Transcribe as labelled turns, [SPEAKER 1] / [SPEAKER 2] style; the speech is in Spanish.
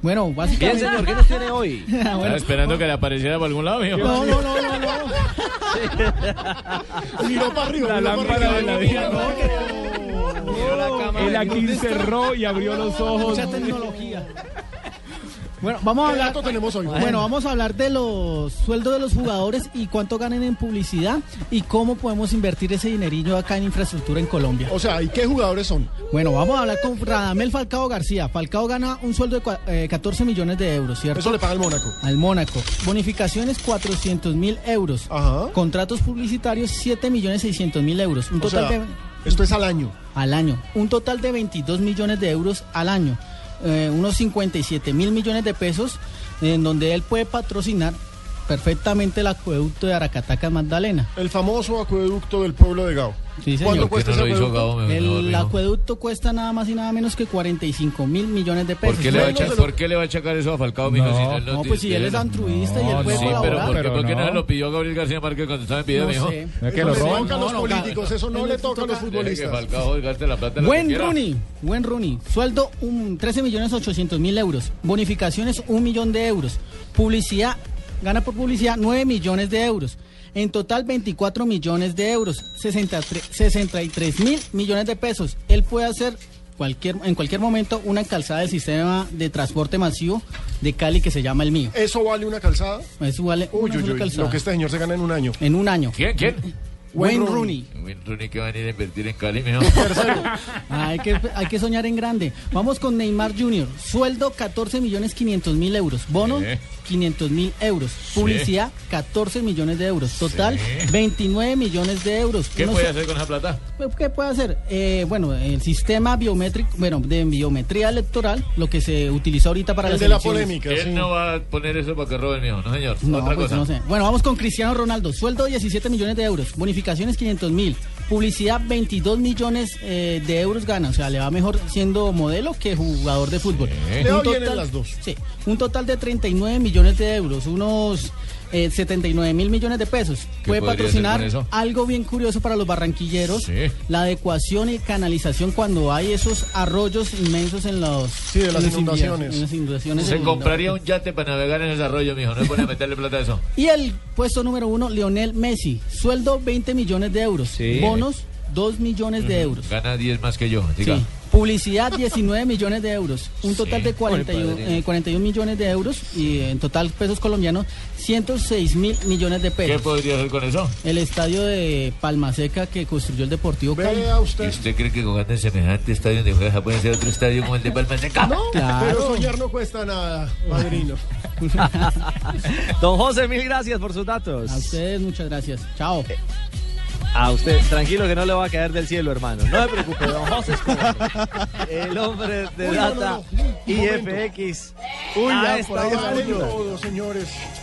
[SPEAKER 1] Bueno, básicamente.
[SPEAKER 2] Bien, señor, ¿qué nos tiene hoy?
[SPEAKER 1] Ah, bueno.
[SPEAKER 3] Estaba esperando que le apareciera por algún lado, mijo.
[SPEAKER 1] No, no, no, no, no. Miró para arriba.
[SPEAKER 4] La
[SPEAKER 1] miró para
[SPEAKER 4] lámpara de
[SPEAKER 1] arriba.
[SPEAKER 4] la Oh. vida, ¿no?
[SPEAKER 2] Miró la cámara.
[SPEAKER 4] Él aquí cerró y abrió los ojos.
[SPEAKER 1] Mucha tecnología. Bueno, vamos a hablar.
[SPEAKER 5] tenemos hoy?
[SPEAKER 1] Bueno, vamos a hablar de los sueldos de los jugadores y cuánto ganan en publicidad y cómo podemos invertir ese dinerillo acá en infraestructura en Colombia.
[SPEAKER 5] O sea, ¿y qué jugadores son?
[SPEAKER 1] Bueno, vamos a hablar con Radamel Falcao García. Falcao gana un sueldo de cua- eh, 14 millones de euros, ¿cierto?
[SPEAKER 5] Eso le paga el Mónaco.
[SPEAKER 1] al Mónaco. Bonificaciones 400 mil euros.
[SPEAKER 5] Ajá.
[SPEAKER 1] Contratos publicitarios 7 millones 600 mil euros. Un
[SPEAKER 5] O
[SPEAKER 1] total
[SPEAKER 5] sea,
[SPEAKER 1] de,
[SPEAKER 5] esto es al año.
[SPEAKER 1] al año. Un total de 22 millones de euros al año. Eh, unos 57 mil millones de pesos en donde él puede patrocinar perfectamente el acueducto de Aracataca Magdalena.
[SPEAKER 5] El famoso acueducto del pueblo de Gao.
[SPEAKER 1] Sí, señor. ¿Por
[SPEAKER 5] ¿Cuánto
[SPEAKER 1] qué
[SPEAKER 5] cuesta ese acueducto?
[SPEAKER 3] Ah,
[SPEAKER 1] El acueducto cuesta nada más y nada menos que 45 mil millones de pesos.
[SPEAKER 3] ¿Por qué, le va a
[SPEAKER 1] Sueldos
[SPEAKER 3] echar,
[SPEAKER 1] de los-
[SPEAKER 3] ¿Por qué le va a achacar eso a Falcao, mijo?
[SPEAKER 4] No.
[SPEAKER 3] si él
[SPEAKER 1] Pues No, pues si él es
[SPEAKER 3] no-
[SPEAKER 1] altruista y él puede
[SPEAKER 3] Sí, pero
[SPEAKER 1] colaborar.
[SPEAKER 3] ¿por qué,
[SPEAKER 4] Pero
[SPEAKER 3] por qué no.
[SPEAKER 4] no.
[SPEAKER 3] se lo pidió Gabriel García Márquez cuando estaba en video,
[SPEAKER 1] No
[SPEAKER 3] mijo?
[SPEAKER 1] sé.
[SPEAKER 4] No es que
[SPEAKER 5] Eso
[SPEAKER 4] lo
[SPEAKER 5] le
[SPEAKER 4] roban.
[SPEAKER 5] toca a los
[SPEAKER 1] No, no,
[SPEAKER 5] políticos, eso no
[SPEAKER 1] no,
[SPEAKER 5] le
[SPEAKER 1] eso
[SPEAKER 5] toca a
[SPEAKER 1] toca-
[SPEAKER 5] los
[SPEAKER 3] Deje que
[SPEAKER 5] futbolistas.
[SPEAKER 3] Falcao gaste la plata en lo que
[SPEAKER 1] Buen
[SPEAKER 3] quiera.
[SPEAKER 1] Rooney, buen Rooney. Sueldo un 13 millones 800 mil euros. Bonificaciones un millón de euros. Publicidad, gana por publicidad 9 millones de euros. En total 24 millones de euros, 63, 63 mil millones de pesos. Él puede hacer cualquier, en cualquier momento una calzada del sistema de transporte masivo de Cali que se llama el mío.
[SPEAKER 5] ¿Eso vale una calzada?
[SPEAKER 1] Eso vale
[SPEAKER 5] Uy,
[SPEAKER 1] una
[SPEAKER 5] uy,
[SPEAKER 1] sola
[SPEAKER 5] uy,
[SPEAKER 1] calzada
[SPEAKER 5] lo que este señor se gana en un año.
[SPEAKER 1] en un año.
[SPEAKER 3] ¿Quién? ¿Quién?
[SPEAKER 1] Buen
[SPEAKER 5] Buen
[SPEAKER 1] Rooney.
[SPEAKER 5] Rooney.
[SPEAKER 3] Buen Rooney que va a venir a invertir en Cali, mijo.
[SPEAKER 1] Ah, Hay que, hay que soñar en grande. Vamos con Neymar Jr. Sueldo 14 millones 500 mil euros. Bono
[SPEAKER 3] Sí.
[SPEAKER 1] 500 mil euros. Publicidad 14 millones de euros. Total 29 millones de euros.
[SPEAKER 3] ¿Qué
[SPEAKER 1] Uno
[SPEAKER 3] puede
[SPEAKER 1] so-
[SPEAKER 3] hacer con esa plata?
[SPEAKER 1] ¿Qué puede hacer? Eh, bueno, el sistema biométrico, bueno, de biometría electoral, lo que se utiliza ahorita para
[SPEAKER 5] El
[SPEAKER 1] las
[SPEAKER 5] de la
[SPEAKER 1] elecciones.
[SPEAKER 5] polémica. sí.
[SPEAKER 3] Él no va a poner eso para que roben, mijo. No, señor.
[SPEAKER 1] No,
[SPEAKER 3] Otra
[SPEAKER 1] pues,
[SPEAKER 3] cosa.
[SPEAKER 1] no sé. Bueno, vamos con Cristiano Ronaldo. Sueldo 17 millones de euros. Bonificaciones 500 mil. Publicidad 22 millones eh, de euros gana. O sea, le va mejor siendo modelo que jugador de fútbol.
[SPEAKER 3] Sí.
[SPEAKER 5] Le va bien en las dos.
[SPEAKER 1] Sí, un total de 39 millones de euros. Unos eh, 79 mil millones de pesos. Puede
[SPEAKER 3] podría hacer
[SPEAKER 1] patrocinar
[SPEAKER 3] con eso?
[SPEAKER 1] algo bien curioso para los barranquilleros.
[SPEAKER 3] Sí.
[SPEAKER 1] La adecuación y canalización cuando hay esos arroyos inmensos en los...
[SPEAKER 5] Sí, de las
[SPEAKER 1] en los inviernos,
[SPEAKER 5] inundaciones.
[SPEAKER 1] en las inundaciones
[SPEAKER 3] Se
[SPEAKER 1] en-
[SPEAKER 3] compraría un yate para navegar en ese arroyo, mijo. No es pone a meterle plata a eso.
[SPEAKER 1] y el puesto número uno, Lionel Messi. Sueldo 20 millones de euros.
[SPEAKER 3] Sí.
[SPEAKER 1] Bonos 2 millones de euros.
[SPEAKER 3] Gana 10 más que yo, diga.
[SPEAKER 1] Sí. Publicidad 19 millones de euros. Un total
[SPEAKER 3] Sí.
[SPEAKER 1] de 41, eh, 41 millones de euros y en total pesos colombianos 106 mil millones de
[SPEAKER 3] ¿Qué
[SPEAKER 1] pesos.
[SPEAKER 3] podría hacer con eso?
[SPEAKER 1] el estadio de Palma Seca que construyó el Deportivo Cali.
[SPEAKER 5] Vea
[SPEAKER 3] ¿Y
[SPEAKER 5] usted.
[SPEAKER 3] usted cree que jugando en semejante estadio donde juega Japón ser otro estadio como el de Palma Seca?
[SPEAKER 5] No,
[SPEAKER 1] Claro.
[SPEAKER 5] pero soñar no cuesta nada, madrino.
[SPEAKER 2] Don José, mil gracias por sus datos.
[SPEAKER 1] A ustedes muchas gracias. Chao.
[SPEAKER 2] A usted, tranquilo que no le va a caer del cielo, hermano. No se preocupe, don José es como el hombre de
[SPEAKER 5] Uy, no, no,
[SPEAKER 2] data
[SPEAKER 5] no. Un momento.
[SPEAKER 2] IFX. Uy,
[SPEAKER 5] Madrino, señores.